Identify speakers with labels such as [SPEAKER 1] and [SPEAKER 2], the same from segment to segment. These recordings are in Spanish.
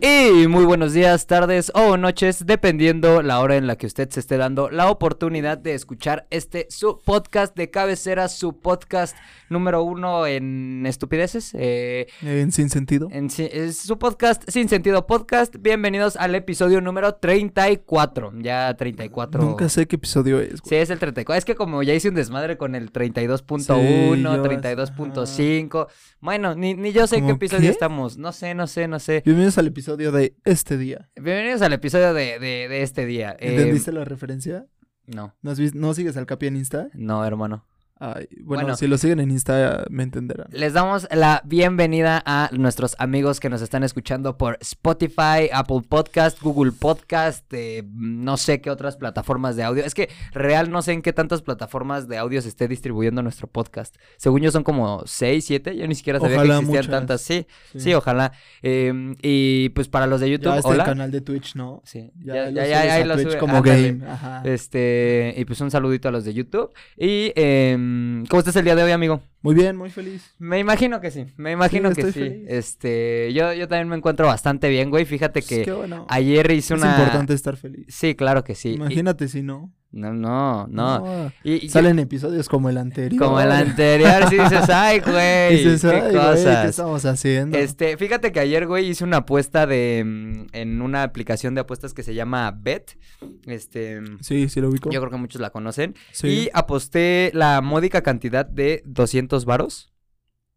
[SPEAKER 1] Y muy buenos días, tardes o noches, dependiendo la hora en la que usted se esté dando la oportunidad de escuchar este su podcast de cabecera, su podcast número uno en estupideces. eh,
[SPEAKER 2] En sin sentido.
[SPEAKER 1] en si- es su podcast Sin Sentido Podcast. Bienvenidos al episodio número 34. Ya 34.
[SPEAKER 2] Nunca sé qué episodio es. güey.
[SPEAKER 1] Sí, es el 34. Es que como ya hice un desmadre con el 32.1,
[SPEAKER 2] Sí, yo-
[SPEAKER 1] 32.5. Bueno, ni, ni yo sé en qué
[SPEAKER 2] ¿Cómo
[SPEAKER 1] episodio
[SPEAKER 2] qué?
[SPEAKER 1] estamos. No sé, no sé, no sé.
[SPEAKER 2] Bienvenidos al episodio de este día.
[SPEAKER 1] Bienvenidos al episodio de, de- de este día. Eh,
[SPEAKER 2] ¿Entendiste la referencia?
[SPEAKER 1] no,
[SPEAKER 2] ¿No, has vis- no sigues al Capi en Insta?
[SPEAKER 1] no, hermano.
[SPEAKER 2] Ay, bueno,
[SPEAKER 1] Bueno.
[SPEAKER 2] si lo siguen en Insta me entenderán.
[SPEAKER 1] Les damos la bienvenida a nuestros amigos que nos están escuchando por Spotify, Apple Podcast, Google Podcast, eh, no sé qué otras plataformas de audio. Es que real no sé en qué tantas plataformas de audio se esté distribuyendo nuestro podcast. Según yo son como 6, 7, yo ni siquiera sabía
[SPEAKER 2] Ojalá
[SPEAKER 1] que existían
[SPEAKER 2] muchas.
[SPEAKER 1] tantas. Sí, sí, ojalá. Eh, y pues para los de YouTube,
[SPEAKER 2] Ya está el
[SPEAKER 1] hola.
[SPEAKER 2] canal de Twitch, ¿no?
[SPEAKER 1] Sí,
[SPEAKER 2] Ya,
[SPEAKER 1] ya, ya,
[SPEAKER 2] lo subes
[SPEAKER 1] ya, ahí
[SPEAKER 2] a
[SPEAKER 1] lo
[SPEAKER 2] Twitch
[SPEAKER 1] sube.
[SPEAKER 2] como
[SPEAKER 1] Ándale.
[SPEAKER 2] game. Ajá.
[SPEAKER 1] Este, y pues un saludito a los de YouTube. Y, em, ¿cómo estás el día de hoy, amigo?
[SPEAKER 2] Muy bien, muy feliz.
[SPEAKER 1] Me imagino que sí, me imagino que
[SPEAKER 2] estoy
[SPEAKER 1] sí.
[SPEAKER 2] feliz.
[SPEAKER 1] Este, yo, yo también me encuentro bastante bien, güey. Fíjate
[SPEAKER 2] Pues,
[SPEAKER 1] que
[SPEAKER 2] qué bueno.
[SPEAKER 1] ayer hice
[SPEAKER 2] es
[SPEAKER 1] una.
[SPEAKER 2] importante estar feliz.
[SPEAKER 1] Sí, claro que sí. Y-
[SPEAKER 2] Imagínate si no.
[SPEAKER 1] No, no, no.
[SPEAKER 2] No,
[SPEAKER 1] Y, y-
[SPEAKER 2] Salen episodios como el anterior.
[SPEAKER 1] como el anterior, sí dices, ay, güey.
[SPEAKER 2] Dices,
[SPEAKER 1] qué
[SPEAKER 2] "Ay, güey, ¿Qué
[SPEAKER 1] cosas.
[SPEAKER 2] estamos haciendo?
[SPEAKER 1] Este, fíjate que ayer, güey, hice una apuesta de mm, en una aplicación de apuestas que se llama Bet. Este,
[SPEAKER 2] Sí, sí lo ubico.
[SPEAKER 1] yo creo que muchos la conocen.
[SPEAKER 2] Sí.
[SPEAKER 1] Y aposté la módica cantidad de 200 varos.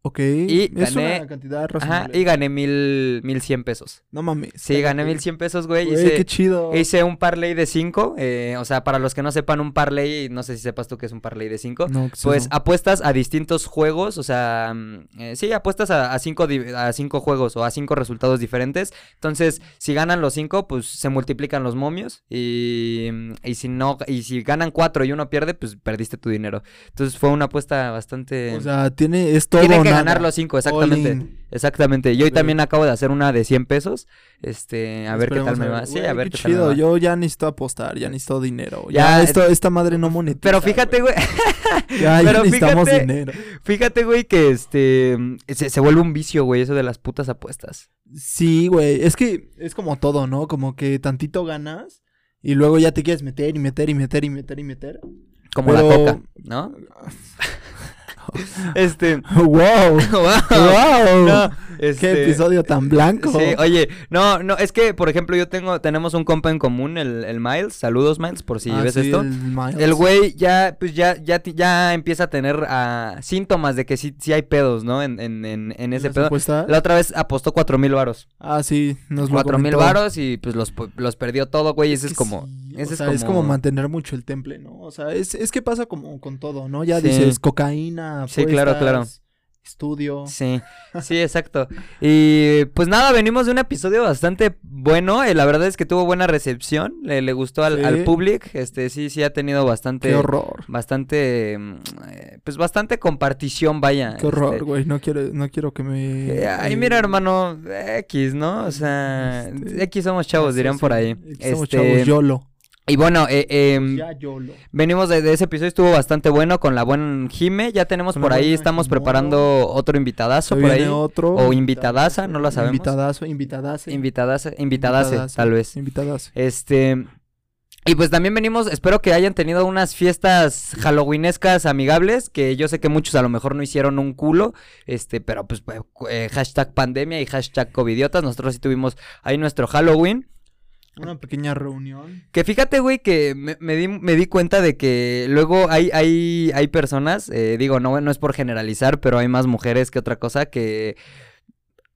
[SPEAKER 2] Ok.
[SPEAKER 1] y
[SPEAKER 2] es
[SPEAKER 1] gané-
[SPEAKER 2] una cantidad
[SPEAKER 1] Ajá,
[SPEAKER 2] razonable.
[SPEAKER 1] y gané mil, mil cien pesos.
[SPEAKER 2] No mames.
[SPEAKER 1] Sí, gané
[SPEAKER 2] Cállate.
[SPEAKER 1] 1100 pesos, güey.
[SPEAKER 2] Güey, qué
[SPEAKER 1] Hice,
[SPEAKER 2] chido.
[SPEAKER 1] hice un parlay de 5. o sea, para los que no sepan, un parlay, no sé si sepas tú que es un parlay de 5.
[SPEAKER 2] No, ¿qué es
[SPEAKER 1] Pues
[SPEAKER 2] eso?
[SPEAKER 1] apuestas a distintos juegos, o sea, mm, eh, sí, apuestas a, a cinco, di- a cinco juegos o a cinco resultados diferentes. Entonces, si ganan los cinco, pues se multiplican los momios. Y, mm, y si no, y si ganan cuatro y uno pierde, pues perdiste tu dinero. Entonces fue una apuesta bastante.
[SPEAKER 2] O sea, tiene, es todo
[SPEAKER 1] Tienen
[SPEAKER 2] o
[SPEAKER 1] ah, que
[SPEAKER 2] nada.
[SPEAKER 1] ganar los cinco, exactamente.
[SPEAKER 2] All in.
[SPEAKER 1] Exactamente. Yo hoy
[SPEAKER 2] Ok.
[SPEAKER 1] también acabo de hacer una de 100 pesos. Este, a ver qué tal
[SPEAKER 2] Esperemos
[SPEAKER 1] me
[SPEAKER 2] a
[SPEAKER 1] va. Sí,
[SPEAKER 2] Güey,
[SPEAKER 1] a ver
[SPEAKER 2] qué
[SPEAKER 1] qué
[SPEAKER 2] chido.
[SPEAKER 1] tal me va.
[SPEAKER 2] Yo ya necesito apostar, ya necesito dinero.
[SPEAKER 1] Ya,
[SPEAKER 2] Ya,
[SPEAKER 1] eh,
[SPEAKER 2] esto, esta madre no monetiza.
[SPEAKER 1] Pero fíjate, güey,
[SPEAKER 2] güey. Ya, ya
[SPEAKER 1] pero
[SPEAKER 2] necesitamos
[SPEAKER 1] fíjate-
[SPEAKER 2] dinero.
[SPEAKER 1] fíjate, güey, que este se, se vuelve un vicio, güey, eso de las putas apuestas.
[SPEAKER 2] Sí, güey. Es que es como todo, ¿no? Como que tantito ganas y luego ya te quieres meter y meter y meter y meter y meter.
[SPEAKER 1] Como la
[SPEAKER 2] Pero-
[SPEAKER 1] coca, ¿no? este,
[SPEAKER 2] ¡Wow!
[SPEAKER 1] wow.
[SPEAKER 2] ¡Wow!
[SPEAKER 1] No, este,
[SPEAKER 2] ¡Qué episodio tan blanco!
[SPEAKER 1] Sí, oye, no, no, es que, por ejemplo, yo tengo, tenemos un compa en común, el, el Miles. Saludos, Miles, por si
[SPEAKER 2] Ah,
[SPEAKER 1] ves
[SPEAKER 2] sí,
[SPEAKER 1] esto.
[SPEAKER 2] el Miles.
[SPEAKER 1] El güey ya, pues ya, ya, ti- ya empieza a tener ah, síntomas de que sí, sí hay pedos, ¿no? En, en, en, en ese
[SPEAKER 2] ¿Las
[SPEAKER 1] pedo.
[SPEAKER 2] apuestas?
[SPEAKER 1] La otra vez apostó cuatro mil varos.
[SPEAKER 2] Ah, sí, nos lo
[SPEAKER 1] Cuatro mil
[SPEAKER 2] comentó.
[SPEAKER 1] varos y pues los, pu- los perdió todo, güey. Ese es,
[SPEAKER 2] que
[SPEAKER 1] como.
[SPEAKER 2] sí,
[SPEAKER 1] ese
[SPEAKER 2] o
[SPEAKER 1] es
[SPEAKER 2] sea,
[SPEAKER 1] como.
[SPEAKER 2] mantener mucho el temple, ¿no? O sea, es, es que pasa como con todo, ¿no? Ya
[SPEAKER 1] Sí.
[SPEAKER 2] dices cocaína,
[SPEAKER 1] Sí, claro,
[SPEAKER 2] apuestas,
[SPEAKER 1] claro.
[SPEAKER 2] Estudio.
[SPEAKER 1] Sí, sí, exacto. Y pues nada, venimos de un episodio bastante bueno. eh, la verdad es que tuvo buena recepción. Le, le gustó al, al
[SPEAKER 2] Sí.
[SPEAKER 1] public. Este, sí, sí ha tenido bastante.
[SPEAKER 2] Qué horror.
[SPEAKER 1] Bastante. mm, eh, Pues bastante compartición, vaya.
[SPEAKER 2] Qué horror,
[SPEAKER 1] este.
[SPEAKER 2] güey. No quiero, no quiero que me.
[SPEAKER 1] Eh, Ay, mira, hermano, X, ¿no? O sea,
[SPEAKER 2] Este,
[SPEAKER 1] X somos chavos,
[SPEAKER 2] Sí,
[SPEAKER 1] dirían
[SPEAKER 2] sí,
[SPEAKER 1] por ahí.
[SPEAKER 2] sí, somos
[SPEAKER 1] Este,
[SPEAKER 2] chavos, YOLO.
[SPEAKER 1] Y bueno, eh, eh,
[SPEAKER 2] Ya YOLO.
[SPEAKER 1] venimos de, de ese episodio, estuvo bastante bueno con la buena Jime. Ya tenemos
[SPEAKER 2] Con la
[SPEAKER 1] por ahí,
[SPEAKER 2] buena
[SPEAKER 1] estamos
[SPEAKER 2] Jimona.
[SPEAKER 1] preparando otro
[SPEAKER 2] Se
[SPEAKER 1] invitadazo por
[SPEAKER 2] viene
[SPEAKER 1] ahí.
[SPEAKER 2] otro.
[SPEAKER 1] o invitadaza, no lo sabemos.
[SPEAKER 2] Invitadazo, invitadazo.
[SPEAKER 1] Invitadaza, invitadace, tal vez.
[SPEAKER 2] Invitadazo.
[SPEAKER 1] Este. Y pues también venimos, espero que hayan tenido unas fiestas halloweenescas amigables, que yo sé que muchos a lo mejor no hicieron un culo, este, pero pues pues, cu- eh, hashtag pandemia y hashtag covidiotas, nosotros sí tuvimos ahí nuestro Halloween.
[SPEAKER 2] Una pequeña reunión.
[SPEAKER 1] Que fíjate, güey, que me, me di, me di cuenta de que luego hay, hay, hay personas, eh, digo, no, no es por generalizar, pero hay más mujeres que otra cosa que...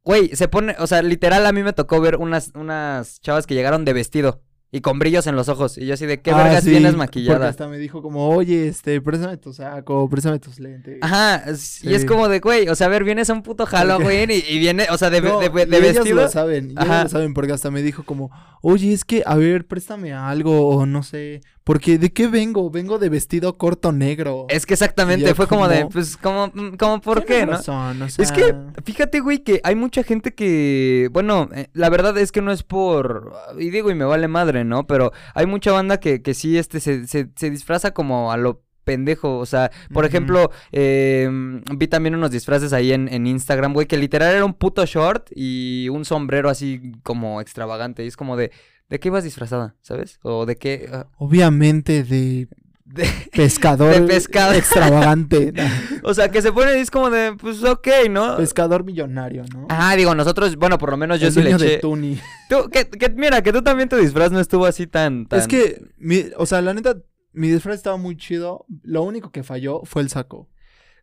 [SPEAKER 1] Güey, se pone, o sea, literal a mí me tocó ver unas, unas chavas que llegaron de vestido y con brillos en los ojos. Y yo así de, ¿qué
[SPEAKER 2] Ah,
[SPEAKER 1] vergas
[SPEAKER 2] sí,
[SPEAKER 1] tienes
[SPEAKER 2] Porque
[SPEAKER 1] maquillada?
[SPEAKER 2] hasta me dijo como, oye, este, préstame tu saco, préstame tus lentes.
[SPEAKER 1] Ajá, es- y es
[SPEAKER 2] Sí.
[SPEAKER 1] como de, güey, o sea, a ver, vienes a un puto Halloween y, y viene, o sea, de,
[SPEAKER 2] No,
[SPEAKER 1] de- de- de
[SPEAKER 2] y ellas
[SPEAKER 1] vestido.
[SPEAKER 2] lo saben, y
[SPEAKER 1] Ajá.
[SPEAKER 2] ellas lo saben porque hasta me dijo como, oye, es que, a ver, préstame algo o no sé, porque ¿de qué vengo? Vengo de vestido corto negro.
[SPEAKER 1] Es que exactamente,
[SPEAKER 2] yo
[SPEAKER 1] fue como de,
[SPEAKER 2] como-
[SPEAKER 1] pues, como, mm, como, ¿por
[SPEAKER 2] Tiene
[SPEAKER 1] qué, no?
[SPEAKER 2] razón, o
[SPEAKER 1] Es que,
[SPEAKER 2] sea,
[SPEAKER 1] fíjate, güey, que hay mucha gente que, bueno, eh, la verdad es que no es por, y digo, y me vale madre, ¿no? Pero hay mucha banda que, que sí, este, se, se, se disfraza como a lo pendejo. O sea, por
[SPEAKER 2] Ujú.
[SPEAKER 1] ejemplo, eh, vi también unos disfraces ahí en, en Instagram, güey, que literal era un puto short y un sombrero así como extravagante. Y es como de, ¿de qué ibas disfrazada? ¿Sabes? O de qué... ah,
[SPEAKER 2] Obviamente de
[SPEAKER 1] de-
[SPEAKER 2] pescador.
[SPEAKER 1] De pescado.
[SPEAKER 2] Extravagante.
[SPEAKER 1] o sea, que se pone y es como de, pues ok, ¿no?
[SPEAKER 2] pescador millonario, ¿no?
[SPEAKER 1] Ajá, digo, nosotros, bueno, por lo menos Ah, yo
[SPEAKER 2] El
[SPEAKER 1] sí le
[SPEAKER 2] dueño de
[SPEAKER 1] eché...
[SPEAKER 2] Tuni.
[SPEAKER 1] Tú, que, que- mira, que tú también tu disfraz no estuvo así tan... tan... eh,
[SPEAKER 2] Es que, mi- o sea, la neta, mi disfraz estaba muy chido. Lo único que falló fue el saco.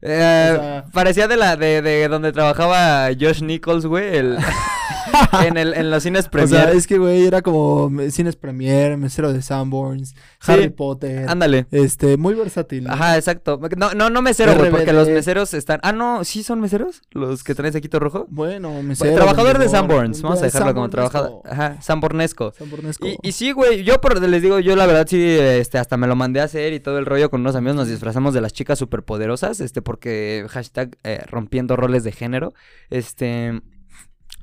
[SPEAKER 1] Eh,
[SPEAKER 2] O sea-
[SPEAKER 1] Parecía de la de, de donde trabajaba Josh Nichols, güey, el- en, el, en los cines
[SPEAKER 2] O sea,
[SPEAKER 1] premier.
[SPEAKER 2] es que, güey, era como me- cines premier, mesero de Sanborns,
[SPEAKER 1] Sí.
[SPEAKER 2] Harry Potter.
[SPEAKER 1] Ándale.
[SPEAKER 2] Este, muy versátil. ¿no?
[SPEAKER 1] Ajá, exacto. No, no, no mesero, güey,
[SPEAKER 2] RBD.
[SPEAKER 1] porque los meseros están... Ah, no, ¿sí son meseros? Los que traen saquito rojo.
[SPEAKER 2] Bueno, mesero.
[SPEAKER 1] Trabajador de
[SPEAKER 2] vendedor,
[SPEAKER 1] Sanborns, vamos a
[SPEAKER 2] vendedor,
[SPEAKER 1] dejarlo como trabajador.
[SPEAKER 2] sanbornesco.
[SPEAKER 1] Ajá, Sanbornesco.
[SPEAKER 2] Sanbornesco.
[SPEAKER 1] Y, y sí, güey, yo por, les digo, yo la verdad sí, este, hasta me lo mandé a hacer y todo el rollo con unos amigos, nos disfrazamos de las chicas superpoderosas, este, porque hashtag eh, rompiendo roles de género, este...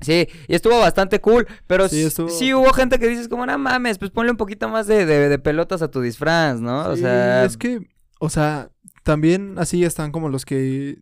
[SPEAKER 1] Sí, y estuvo bastante cool, pero
[SPEAKER 2] Sí,
[SPEAKER 1] sí,
[SPEAKER 2] estuvo-
[SPEAKER 1] sí hubo gente que dices como, no mames, pues ponle un poquito más de, de- de pelotas a tu disfraz, ¿no? o
[SPEAKER 2] Sí,
[SPEAKER 1] sea...
[SPEAKER 2] es que, o sea, también así están como los que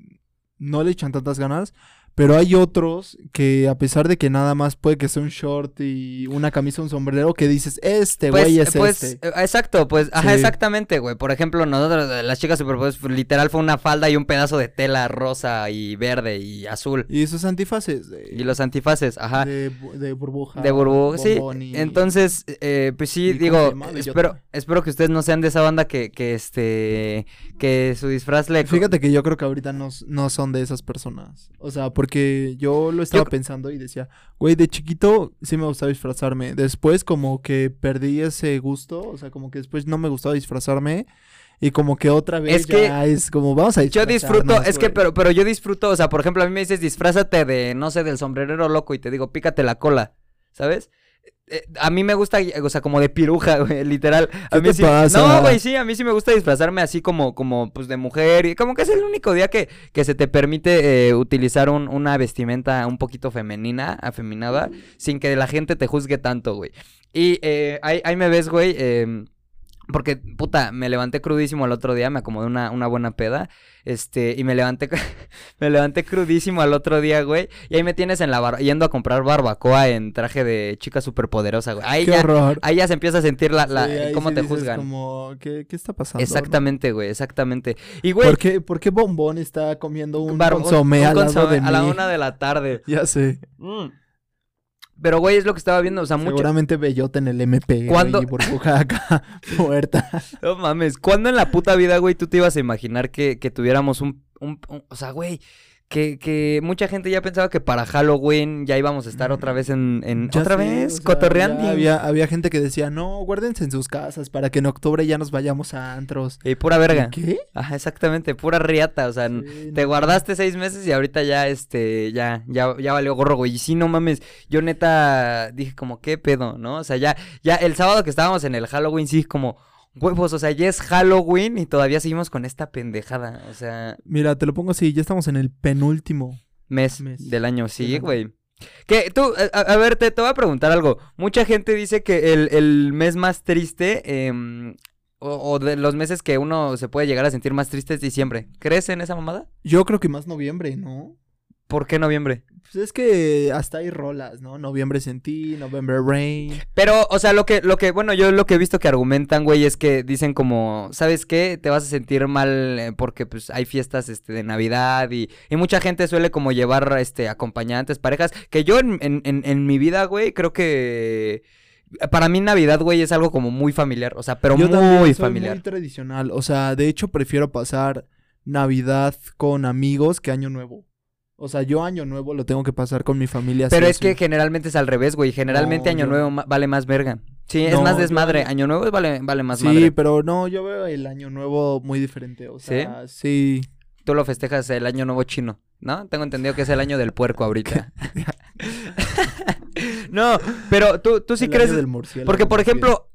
[SPEAKER 2] no le echan tantas ganas, pero hay otros que a pesar de que nada más puede que sea un short y una camisa, un sombrero, que dices, este
[SPEAKER 1] Pues,
[SPEAKER 2] güey es
[SPEAKER 1] pues,
[SPEAKER 2] este.
[SPEAKER 1] eh, exacto, pues, ajá,
[SPEAKER 2] Sí.
[SPEAKER 1] exactamente, güey. Por ejemplo, nosotros, eh, las chicas superpoderosas, literal fue una falda y un pedazo de tela rosa y verde y azul.
[SPEAKER 2] Y esos antifaces de,
[SPEAKER 1] Y los antifaces, ajá.
[SPEAKER 2] de, bu- de burbuja.
[SPEAKER 1] De burbuja, sí.
[SPEAKER 2] bombón y-
[SPEAKER 1] Entonces, eh, pues sí,
[SPEAKER 2] ¿Y cómo se
[SPEAKER 1] digo,
[SPEAKER 2] llama? Bellota.
[SPEAKER 1] espero, espero que ustedes no sean de esa banda que, que este, que su disfraz le...
[SPEAKER 2] Pues Fíjate que yo creo que ahorita no, s- no son de esas personas. O sea, porque yo lo estaba
[SPEAKER 1] cre-
[SPEAKER 2] pensando y decía, güey, de chiquito sí me gustaba disfrazarme. Después como que perdí ese gusto, o sea, como que después no me gustaba disfrazarme. Y como que otra vez
[SPEAKER 1] Es que
[SPEAKER 2] ya es como, vamos a
[SPEAKER 1] Yo
[SPEAKER 2] disfrazarnos.
[SPEAKER 1] disfruto, es que,
[SPEAKER 2] güey".
[SPEAKER 1] pero, pero yo disfruto, o sea, por ejemplo, a mí me dices, disfrázate de, no sé, del sombrerero loco y te digo, pícate la cola, ¿sabes? Eh, a mí me gusta, o sea, como de piruja, güey, literal. A
[SPEAKER 2] ¿Qué
[SPEAKER 1] mí
[SPEAKER 2] te
[SPEAKER 1] sí-
[SPEAKER 2] pasa?
[SPEAKER 1] No, güey, sí, a mí sí me gusta disfrazarme así como, como, pues, de mujer. Y como que es el único día que, que se te permite eh, utilizar un- una vestimenta un poquito femenina, afeminada, sin que la gente te juzgue tanto, güey. Y eh, ahí, ahí me ves, güey, eh, porque, puta, me levanté crudísimo el otro día, me acomodé una, una buena peda, este, y me levanté, me levanté crudísimo al otro día, güey, y ahí me tienes en la bar yendo a comprar barbacoa en traje de chica superpoderosa, güey. Ahí
[SPEAKER 2] Qué
[SPEAKER 1] ya,
[SPEAKER 2] horror.
[SPEAKER 1] ahí ya se empieza a sentir la, la-
[SPEAKER 2] Sí, ahí
[SPEAKER 1] cómo
[SPEAKER 2] sí
[SPEAKER 1] te
[SPEAKER 2] dices
[SPEAKER 1] juzgan.
[SPEAKER 2] Como, ¿qué, qué está pasando?
[SPEAKER 1] Exactamente, güey, exactamente. Y,
[SPEAKER 2] ¿no?
[SPEAKER 1] güey,
[SPEAKER 2] ¿Por, qué, por qué Bombón está comiendo un
[SPEAKER 1] bar- un-
[SPEAKER 2] consomé
[SPEAKER 1] un
[SPEAKER 2] al lado
[SPEAKER 1] consomé
[SPEAKER 2] de mí?
[SPEAKER 1] a la una de la tarde.
[SPEAKER 2] Ya sé.
[SPEAKER 1] Mm. Pero, güey, es lo que estaba viendo, o sea, mucho,
[SPEAKER 2] Seguramente bellota en el MP. güey,
[SPEAKER 1] ¿Cuándo-
[SPEAKER 2] Y burbuja acá, muerta.
[SPEAKER 1] No mames, ¿cuándo en la puta vida, güey, tú te ibas a imaginar que, que tuviéramos un, un- un- O sea, güey, que, que mucha gente ya pensaba que para Halloween ya íbamos a estar otra vez en... en-
[SPEAKER 2] Mm. Ya
[SPEAKER 1] ¿Otra
[SPEAKER 2] sé,
[SPEAKER 1] vez?
[SPEAKER 2] o sea,
[SPEAKER 1] cotorreando.
[SPEAKER 2] ya Había, había gente que decía, no, guárdense en sus casas para que en octubre ya nos vayamos a antros.
[SPEAKER 1] Y pura verga.
[SPEAKER 2] ¿Qué?
[SPEAKER 1] Ajá, exactamente, pura riata, o sea... n-
[SPEAKER 2] Sí,
[SPEAKER 1] Te
[SPEAKER 2] no.
[SPEAKER 1] guardaste seis meses y ahorita ya, este, ya, ya, ya valió gorro, güey. Y sí, no mames, yo neta dije como, ¿qué pedo, no? O sea, ya, ya, el sábado que estábamos en el Halloween, sí, como, huevos, o sea, ya es Halloween y todavía seguimos con esta pendejada, o sea...
[SPEAKER 2] Mira, te lo pongo así, ya estamos en el penúltimo.
[SPEAKER 1] mes,
[SPEAKER 2] Mes
[SPEAKER 1] del año, sí,
[SPEAKER 2] año.
[SPEAKER 1] güey. Que tú, a, a- a ver, te, te voy a preguntar algo. Mucha gente dice que el, el mes más triste, em, o, o de los meses que uno se puede llegar a sentir más triste es diciembre. ¿Crees en esa mamada?
[SPEAKER 2] Yo creo que más noviembre, ¿no?
[SPEAKER 1] ¿Por qué noviembre?
[SPEAKER 2] Pues es que hasta hay rolas, ¿no? Noviembre sin ti, November Rain.
[SPEAKER 1] Pero, o sea, lo que, lo que, bueno, yo lo que he visto que argumentan, güey, es que dicen como, ¿sabes qué? Te vas a sentir mal eh, porque, pues, hay fiestas, este, de Navidad y, y mucha gente suele como llevar, este, acompañantes, parejas, que yo en, en, en, en mi vida, güey, creo que... Para mí Navidad, güey, es algo como muy familiar, o sea, pero
[SPEAKER 2] Yo también
[SPEAKER 1] muy
[SPEAKER 2] soy
[SPEAKER 1] familiar.
[SPEAKER 2] Muy tradicional. O sea, de hecho, prefiero pasar Navidad con amigos que Año Nuevo. O sea, yo Año Nuevo lo tengo que pasar con mi familia. sí
[SPEAKER 1] Pero
[SPEAKER 2] o
[SPEAKER 1] es que
[SPEAKER 2] sí.
[SPEAKER 1] generalmente es al revés, güey, generalmente
[SPEAKER 2] No,
[SPEAKER 1] Año
[SPEAKER 2] yo-
[SPEAKER 1] Nuevo ma- vale más verga. Sí, es
[SPEAKER 2] No,
[SPEAKER 1] más
[SPEAKER 2] yo-
[SPEAKER 1] desmadre, Año Nuevo vale, vale más
[SPEAKER 2] Sí,
[SPEAKER 1] madre.
[SPEAKER 2] pero no, yo veo el Año Nuevo muy diferente. O
[SPEAKER 1] ¿Sí?
[SPEAKER 2] sea, sí.
[SPEAKER 1] Tú lo festejas el año nuevo chino, ¿no? Tengo entendido que es el año del puerco ahorita. no, pero tú, tú sí
[SPEAKER 2] El
[SPEAKER 1] crees.
[SPEAKER 2] año del murciélago,
[SPEAKER 1] Porque, por
[SPEAKER 2] más bien.
[SPEAKER 1] ejemplo,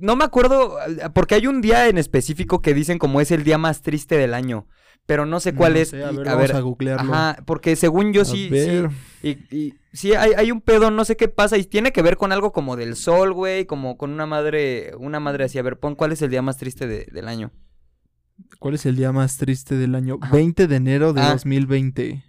[SPEAKER 1] no me acuerdo. eh, Porque hay un día en específico que dicen como es el día más triste del año. Pero no sé
[SPEAKER 2] No
[SPEAKER 1] cuál
[SPEAKER 2] lo
[SPEAKER 1] es.
[SPEAKER 2] sé, a
[SPEAKER 1] y-
[SPEAKER 2] ver,
[SPEAKER 1] a
[SPEAKER 2] vamos
[SPEAKER 1] ver,
[SPEAKER 2] a googlearlo.
[SPEAKER 1] ajá, porque según yo
[SPEAKER 2] A
[SPEAKER 1] sí. sí
[SPEAKER 2] ver.
[SPEAKER 1] y, y sí, hay, hay un pedo, no sé qué pasa, y tiene que ver con algo como del sol, güey, como con una madre, una madre así. A ver, pon cuál es el día más triste de- del año.
[SPEAKER 2] ¿Cuál es el día más triste del año? 20 de enero de
[SPEAKER 1] Ah.
[SPEAKER 2] 2020.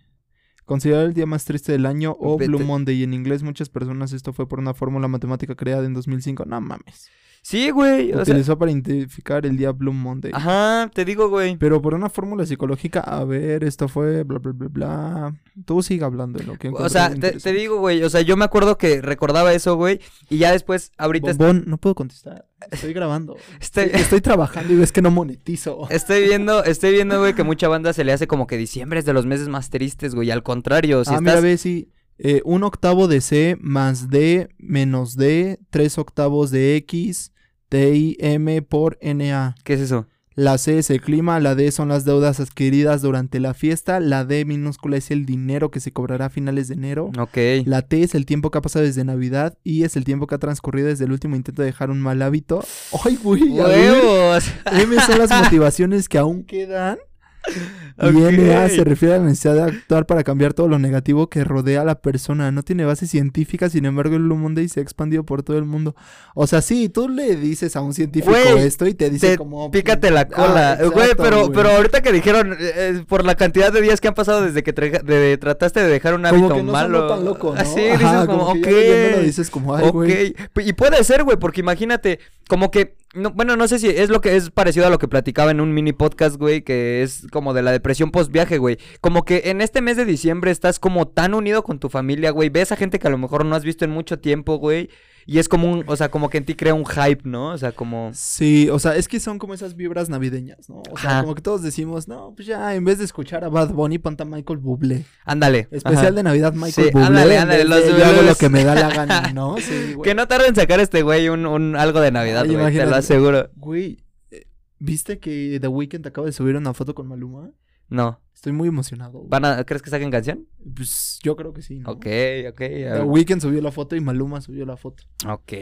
[SPEAKER 2] Considerar el día más triste del año o Blue
[SPEAKER 1] Vete.
[SPEAKER 2] Monday. En inglés, muchas personas esto fue por una fórmula matemática creada en 2005. No mames.
[SPEAKER 1] Sí, güey. O sea,
[SPEAKER 2] Utilizó para identificar el día Blue Monday.
[SPEAKER 1] ajá, te digo, güey.
[SPEAKER 2] Pero por una fórmula psicológica, a ver, esto fue bla, bla, bla, bla. Tú sigue hablando de lo que
[SPEAKER 1] O sea,
[SPEAKER 2] encuentres
[SPEAKER 1] te, te
[SPEAKER 2] interesante.
[SPEAKER 1] digo, güey. O sea, yo me acuerdo que recordaba eso, güey. Y ya después, ahorita est-
[SPEAKER 2] Bombón, no puedo contestar. Estoy grabando.
[SPEAKER 1] estoy,
[SPEAKER 2] Estoy trabajando y ves que no monetizo.
[SPEAKER 1] estoy viendo, estoy viendo, güey, que mucha banda se le hace como que diciembre es de los meses más tristes, güey. Al contrario, si
[SPEAKER 2] ah, mira,
[SPEAKER 1] estás.
[SPEAKER 2] ve si eh, un octavo de C más D menos D, tres octavos de X, TI, M por NA.
[SPEAKER 1] ¿Qué es eso?
[SPEAKER 2] La C es el clima, la D son las deudas adquiridas durante la fiesta, la D minúscula es el dinero que se cobrará a finales de enero.
[SPEAKER 1] Ok.
[SPEAKER 2] La T es el tiempo que ha pasado desde Navidad y es el tiempo que ha transcurrido desde el último intento de dejar un mal hábito. ¡Ay, güey! a ver.
[SPEAKER 1] ¡Huevos!
[SPEAKER 2] M son las motivaciones que aún quedan. Y
[SPEAKER 1] Ok.
[SPEAKER 2] NA se refiere a la necesidad de actuar para cambiar todo lo negativo que rodea a la persona. No tiene base científica, sin embargo, el Blue Monday se ha expandido por todo el mundo. O sea, sí, tú le dices a un científico
[SPEAKER 1] Güey,
[SPEAKER 2] esto y te dice
[SPEAKER 1] Te-
[SPEAKER 2] como.
[SPEAKER 1] pícate
[SPEAKER 2] Ah,
[SPEAKER 1] la cola.
[SPEAKER 2] exacto,
[SPEAKER 1] güey, pero, pero ahorita que dijeron, eh, eh, por la cantidad de días que han pasado desde que treja- de- de- trataste de dejar un hábito
[SPEAKER 2] Como que no
[SPEAKER 1] malo.
[SPEAKER 2] malo. tan loco, ¿no?
[SPEAKER 1] Así dices
[SPEAKER 2] Ajá,
[SPEAKER 1] como,
[SPEAKER 2] que
[SPEAKER 1] ok.
[SPEAKER 2] ya leyéndolo dices como, ay,
[SPEAKER 1] ok.
[SPEAKER 2] güey.
[SPEAKER 1] P- Y puede ser, güey, porque imagínate, como que. No, bueno, no sé si es lo que es parecido a lo que platicaba en un mini podcast, güey, que es como de la depresión post viaje, güey. Como que en este mes de diciembre estás como tan unido con tu familia, güey. Ves a gente que a lo mejor no has visto en mucho tiempo, güey. Y es como un, o sea, como que en ti crea un hype, ¿no? O sea, como...
[SPEAKER 2] Sí, o sea, es que son como esas vibras navideñas, ¿no? O sea,
[SPEAKER 1] Ajá.
[SPEAKER 2] como que todos decimos, no, pues ya, en vez de escuchar a Bad Bunny, ponte a Michael Bublé.
[SPEAKER 1] Ándale.
[SPEAKER 2] Especial
[SPEAKER 1] ajá.
[SPEAKER 2] de Navidad, Michael
[SPEAKER 1] Sí,
[SPEAKER 2] Bublé.
[SPEAKER 1] ándale,
[SPEAKER 2] en
[SPEAKER 1] ándale,
[SPEAKER 2] vez
[SPEAKER 1] los
[SPEAKER 2] de yo hago lo
[SPEAKER 1] Blues.
[SPEAKER 2] que me da la gana, ¿no? Sí, güey.
[SPEAKER 1] Que no tarda en sacar este güey un, un algo de Navidad,
[SPEAKER 2] Ay,
[SPEAKER 1] güey, te lo
[SPEAKER 2] imagínate.
[SPEAKER 1] aseguro.
[SPEAKER 2] Güey, eh, ¿viste que The Weeknd acaba de subir una foto con Maluma?
[SPEAKER 1] No.
[SPEAKER 2] Estoy muy emocionado. güey.
[SPEAKER 1] ¿Van a, ¿Crees que saquen canción?
[SPEAKER 2] Pues yo creo que sí, ¿no?
[SPEAKER 1] Ok, ok.
[SPEAKER 2] The Weeknd subió la foto y Maluma subió la foto.
[SPEAKER 1] Ok.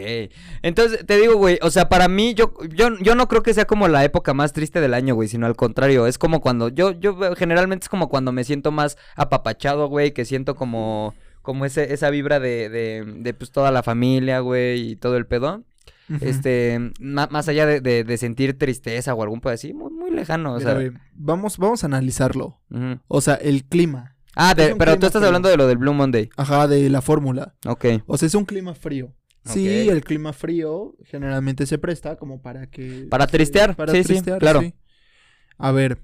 [SPEAKER 1] Entonces, te digo, güey, o sea, para mí, yo, yo, yo no creo que sea como la época más triste del año, güey, sino al contrario, es como cuando, yo, yo veo- generalmente es como cuando me siento más apapachado, güey, que siento como, como ese, esa vibra de, de, de, pues, toda la familia, güey, y todo el pedo. Este, ma- más allá de, de- de sentir tristeza o algún pedo así, muy, muy lejano, o
[SPEAKER 2] Mira,
[SPEAKER 1] sea.
[SPEAKER 2] güey, vamos, vamos a analizarlo.
[SPEAKER 1] ujú.
[SPEAKER 2] O sea, el clima.
[SPEAKER 1] Ah, de-
[SPEAKER 2] Es un
[SPEAKER 1] pero tú
[SPEAKER 2] clima
[SPEAKER 1] estás
[SPEAKER 2] frío.
[SPEAKER 1] hablando de lo del Blue Monday.
[SPEAKER 2] Ajá, de la fórmula.
[SPEAKER 1] Ok.
[SPEAKER 2] O sea, es un clima frío. Sí,
[SPEAKER 1] Ok.
[SPEAKER 2] el clima frío generalmente se presta como para que...
[SPEAKER 1] Para
[SPEAKER 2] se-
[SPEAKER 1] tristear,
[SPEAKER 2] Para
[SPEAKER 1] sí, sí,
[SPEAKER 2] tristear,
[SPEAKER 1] claro.
[SPEAKER 2] sí. A ver.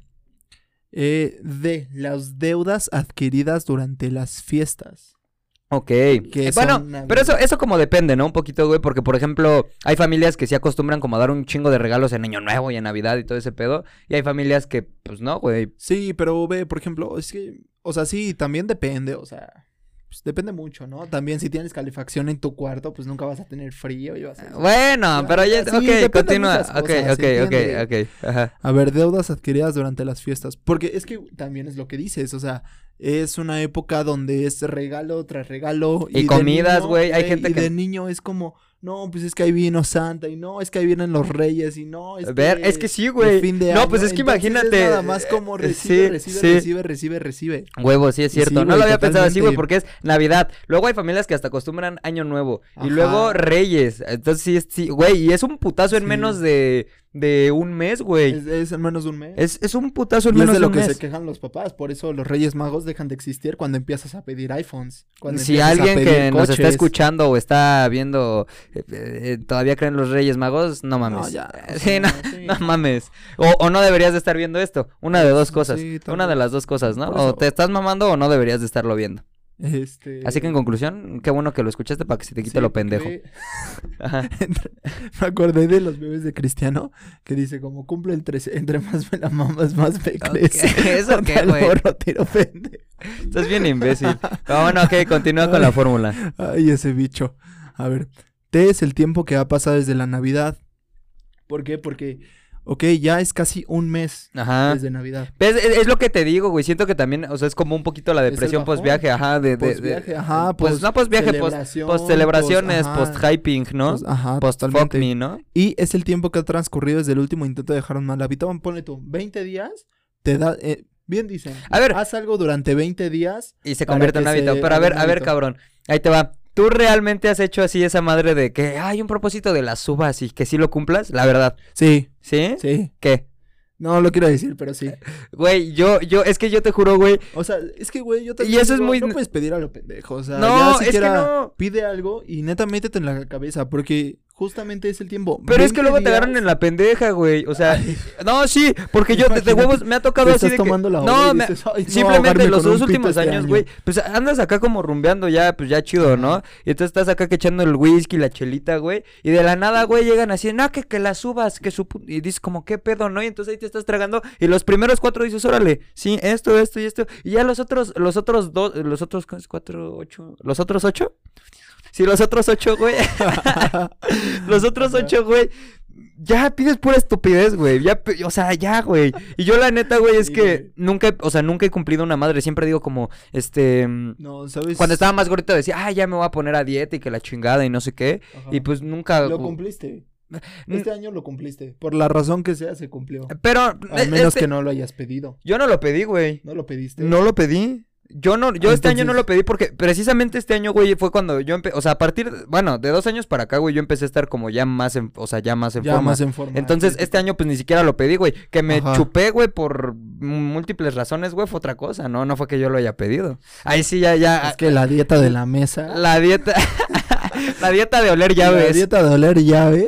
[SPEAKER 2] eh, de las deudas adquiridas durante las fiestas.
[SPEAKER 1] Ok. Eh,
[SPEAKER 2] son
[SPEAKER 1] bueno,
[SPEAKER 2] navidades.
[SPEAKER 1] pero eso, eso como depende, ¿no? Un poquito, güey, porque por ejemplo, hay familias que se acostumbran como a dar un chingo de regalos en Año Nuevo y en Navidad y todo ese pedo. Y hay familias que, pues no, güey.
[SPEAKER 2] Sí, pero ve, por ejemplo, es que, o sea, sí, también depende, o sea, pues, depende mucho, ¿no? También si tienes calefacción en tu cuarto, pues nunca vas a tener frío y
[SPEAKER 1] Ah,
[SPEAKER 2] vas a...
[SPEAKER 1] Bueno, pero ya,
[SPEAKER 2] Sí, depende de
[SPEAKER 1] ok, continúa.
[SPEAKER 2] muchas
[SPEAKER 1] ok,
[SPEAKER 2] cosas,
[SPEAKER 1] ok, ok,
[SPEAKER 2] entiende.
[SPEAKER 1] ok. Ajá.
[SPEAKER 2] A ver, deudas adquiridas durante las fiestas, porque es que también es lo que dices, o sea, es una época donde es regalo tras regalo
[SPEAKER 1] Y
[SPEAKER 2] de
[SPEAKER 1] comidas,
[SPEAKER 2] niño, eh,
[SPEAKER 1] güey, hay gente
[SPEAKER 2] y
[SPEAKER 1] que-
[SPEAKER 2] de niño es como, no, pues es que ahí vino Santa y no, es que ahí vienen los reyes y no, es
[SPEAKER 1] Ver, es que sí, güey.
[SPEAKER 2] el fin Este, de
[SPEAKER 1] No,
[SPEAKER 2] año,
[SPEAKER 1] pues es que
[SPEAKER 2] entonces
[SPEAKER 1] imagínate.
[SPEAKER 2] nada más como
[SPEAKER 1] eh,
[SPEAKER 2] recibe,
[SPEAKER 1] sí,
[SPEAKER 2] recibe,
[SPEAKER 1] sí.
[SPEAKER 2] recibe, recibe, recibe.
[SPEAKER 1] Huevo, sí es
[SPEAKER 2] Y
[SPEAKER 1] cierto.
[SPEAKER 2] sí,
[SPEAKER 1] no
[SPEAKER 2] güey,
[SPEAKER 1] lo había pensado así, güey,
[SPEAKER 2] totalmente.
[SPEAKER 1] porque es Navidad. Luego hay familias que hasta acostumbran Año Nuevo.
[SPEAKER 2] Ajá.
[SPEAKER 1] Y luego Reyes. Entonces sí, es- sí, güey, y es un putazo en
[SPEAKER 2] Sí.
[SPEAKER 1] menos de, de un mes, güey.
[SPEAKER 2] Es, es en menos de un mes.
[SPEAKER 1] Es, es un putazo en
[SPEAKER 2] Y es
[SPEAKER 1] menos
[SPEAKER 2] de
[SPEAKER 1] de
[SPEAKER 2] lo
[SPEAKER 1] un
[SPEAKER 2] que
[SPEAKER 1] mes.
[SPEAKER 2] se quejan los papás, por eso los Reyes Magos dejan de existir cuando empiezas a pedir iPhones. cuando
[SPEAKER 1] Si
[SPEAKER 2] empiezas a
[SPEAKER 1] alguien
[SPEAKER 2] pedir
[SPEAKER 1] que nos está
[SPEAKER 2] coches.
[SPEAKER 1] escuchando o está viendo eh, eh, todavía creen los Reyes Magos, no mames.
[SPEAKER 2] No, ya, o
[SPEAKER 1] Sí,
[SPEAKER 2] sea,
[SPEAKER 1] no,
[SPEAKER 2] sí.
[SPEAKER 1] no mames. O, o no deberías de estar viendo esto. Una de dos cosas.
[SPEAKER 2] Sí, tal
[SPEAKER 1] Una de
[SPEAKER 2] vez.
[SPEAKER 1] las dos cosas, ¿no?
[SPEAKER 2] Por
[SPEAKER 1] O
[SPEAKER 2] eso-
[SPEAKER 1] te estás mamando o no deberías de estarlo viendo.
[SPEAKER 2] Este,
[SPEAKER 1] Así que en conclusión, qué bueno que lo escuchaste para que se te quite
[SPEAKER 2] sí,
[SPEAKER 1] lo pendejo.
[SPEAKER 2] ve-
[SPEAKER 1] Ajá.
[SPEAKER 2] Me acordé de los bebés de Cristiano que dice como cumple el 13, entre más me la mamas, más me crece.
[SPEAKER 1] ¿Eso qué,
[SPEAKER 2] Al
[SPEAKER 1] güey?
[SPEAKER 2] morro tiro pendejo.
[SPEAKER 1] Estás bien imbécil. Pero bueno, ok, continúa con la fórmula.
[SPEAKER 2] Ay, ese bicho. A ver, T es el tiempo que ha pasado desde la Navidad. ¿Por qué? Porque, ok, ya es casi un mes
[SPEAKER 1] Ajá.
[SPEAKER 2] desde Navidad.
[SPEAKER 1] Ves, Es, es lo que te digo, güey. Siento que también, o sea, es como un poquito la
[SPEAKER 2] Es el
[SPEAKER 1] depresión
[SPEAKER 2] bajón.
[SPEAKER 1] post viaje, ajá, de, de- de-
[SPEAKER 2] Postviaje, ajá,
[SPEAKER 1] pues no post viaje, post
[SPEAKER 2] celebración,
[SPEAKER 1] post celebraciones,
[SPEAKER 2] ajá,
[SPEAKER 1] post hyping, ¿no?
[SPEAKER 2] post- ajá,
[SPEAKER 1] Post fuck
[SPEAKER 2] totalmente.
[SPEAKER 1] me, ¿no?
[SPEAKER 2] Y es el tiempo que ha transcurrido desde el último intento de dejar un mal hábito. Ponle tú, 20 días, te da... eh, bien dicen.
[SPEAKER 1] A ver.
[SPEAKER 2] Haz algo durante 20 días.
[SPEAKER 1] Y se
[SPEAKER 2] Ah, Para
[SPEAKER 1] convierte en
[SPEAKER 2] que
[SPEAKER 1] hábito.
[SPEAKER 2] se
[SPEAKER 1] Pero a
[SPEAKER 2] haga
[SPEAKER 1] ver,
[SPEAKER 2] un
[SPEAKER 1] a ver,
[SPEAKER 2] hábito.
[SPEAKER 1] cabrón. Ahí te va. ¿Tú realmente has hecho así esa madre de que hay un propósito de las uvas y que sí lo cumplas? La verdad.
[SPEAKER 2] Sí,
[SPEAKER 1] ¿Sí?
[SPEAKER 2] sí.
[SPEAKER 1] ¿Qué?
[SPEAKER 2] No lo quiero decir, pero sí.
[SPEAKER 1] Güey, yo, yo, es que yo te juro, güey.
[SPEAKER 2] O sea, es que, güey, yo te
[SPEAKER 1] Y eso es muy-
[SPEAKER 2] No puedes pedir a lo pendejo. O sea,
[SPEAKER 1] No,
[SPEAKER 2] ya
[SPEAKER 1] es que
[SPEAKER 2] siquiera
[SPEAKER 1] no.
[SPEAKER 2] pide algo y neta métete en la cabeza. Porque justamente es el tiempo.
[SPEAKER 1] Pero es que
[SPEAKER 2] 20
[SPEAKER 1] luego te
[SPEAKER 2] días
[SPEAKER 1] agarran en la pendeja, güey. O sea,
[SPEAKER 2] Ay.
[SPEAKER 1] no, sí, porque yo de- de
[SPEAKER 2] Imagínate,
[SPEAKER 1] huevos me ha
[SPEAKER 2] te
[SPEAKER 1] tocado así
[SPEAKER 2] estás
[SPEAKER 1] de que
[SPEAKER 2] tomando la hora
[SPEAKER 1] no,
[SPEAKER 2] y
[SPEAKER 1] me-
[SPEAKER 2] dices, "Ay, no,
[SPEAKER 1] simplemente
[SPEAKER 2] ahogarme
[SPEAKER 1] los
[SPEAKER 2] con un
[SPEAKER 1] dos
[SPEAKER 2] pito
[SPEAKER 1] últimos
[SPEAKER 2] este
[SPEAKER 1] años,
[SPEAKER 2] año".
[SPEAKER 1] güey, pues andas acá como rumbeando ya, pues ya chido, ¿no? Y tú estás acá que echando el whisky, la chelita, güey, y de la nada, güey, llegan así, no, que, que las subas, que su... pu-", Y dices como, ¿qué pedo, no? Y entonces ahí te estás tragando y los primeros cuatro dices, órale, sí, esto, esto y esto. Y ya los otros, los otros dos, los otros cu- cuatro, ocho, los otros ocho. Sí, los otros ocho, güey. los otros ocho, güey. Ya pides pura estupidez, güey. Ya, pi- o sea, ya, güey. Y yo la neta, güey, es
[SPEAKER 2] Sí,
[SPEAKER 1] que
[SPEAKER 2] güey.
[SPEAKER 1] nunca, he- o sea, nunca he cumplido una madre. Siempre digo como, este, mm,
[SPEAKER 2] No, ¿sabes?
[SPEAKER 1] cuando estaba más gordito decía, ah, ya me voy a poner a dieta y que la chingada y no sé qué.
[SPEAKER 2] Ajá.
[SPEAKER 1] Y pues nunca.
[SPEAKER 2] Lo
[SPEAKER 1] u-
[SPEAKER 2] cumpliste.
[SPEAKER 1] N-
[SPEAKER 2] Este año lo cumpliste. Por la razón que sea, se cumplió.
[SPEAKER 1] Pero eh,
[SPEAKER 2] Al menos
[SPEAKER 1] este-
[SPEAKER 2] que no lo hayas pedido.
[SPEAKER 1] yo no lo pedí, güey.
[SPEAKER 2] No lo pediste.
[SPEAKER 1] No lo pedí. Yo no, yo este año no
[SPEAKER 2] Entonces-
[SPEAKER 1] lo pedí porque precisamente este año, güey, fue cuando yo empecé, o sea, a partir, de- bueno, de dos años para acá, güey, yo empecé a estar como ya más, en, o sea, ya más en
[SPEAKER 2] ya
[SPEAKER 1] forma.
[SPEAKER 2] más en forma.
[SPEAKER 1] Entonces,
[SPEAKER 2] Sí, sí.
[SPEAKER 1] este año pues ni siquiera lo pedí, güey. Que me
[SPEAKER 2] Ajá.
[SPEAKER 1] chupé, güey, por múltiples razones, güey, fue otra cosa, ¿no? No fue que yo lo haya pedido. Ahí sí, ya, ya.
[SPEAKER 2] Es que la dieta de la mesa.
[SPEAKER 1] La dieta. la dieta de oler
[SPEAKER 2] la
[SPEAKER 1] llaves.
[SPEAKER 2] dieta de oler llave.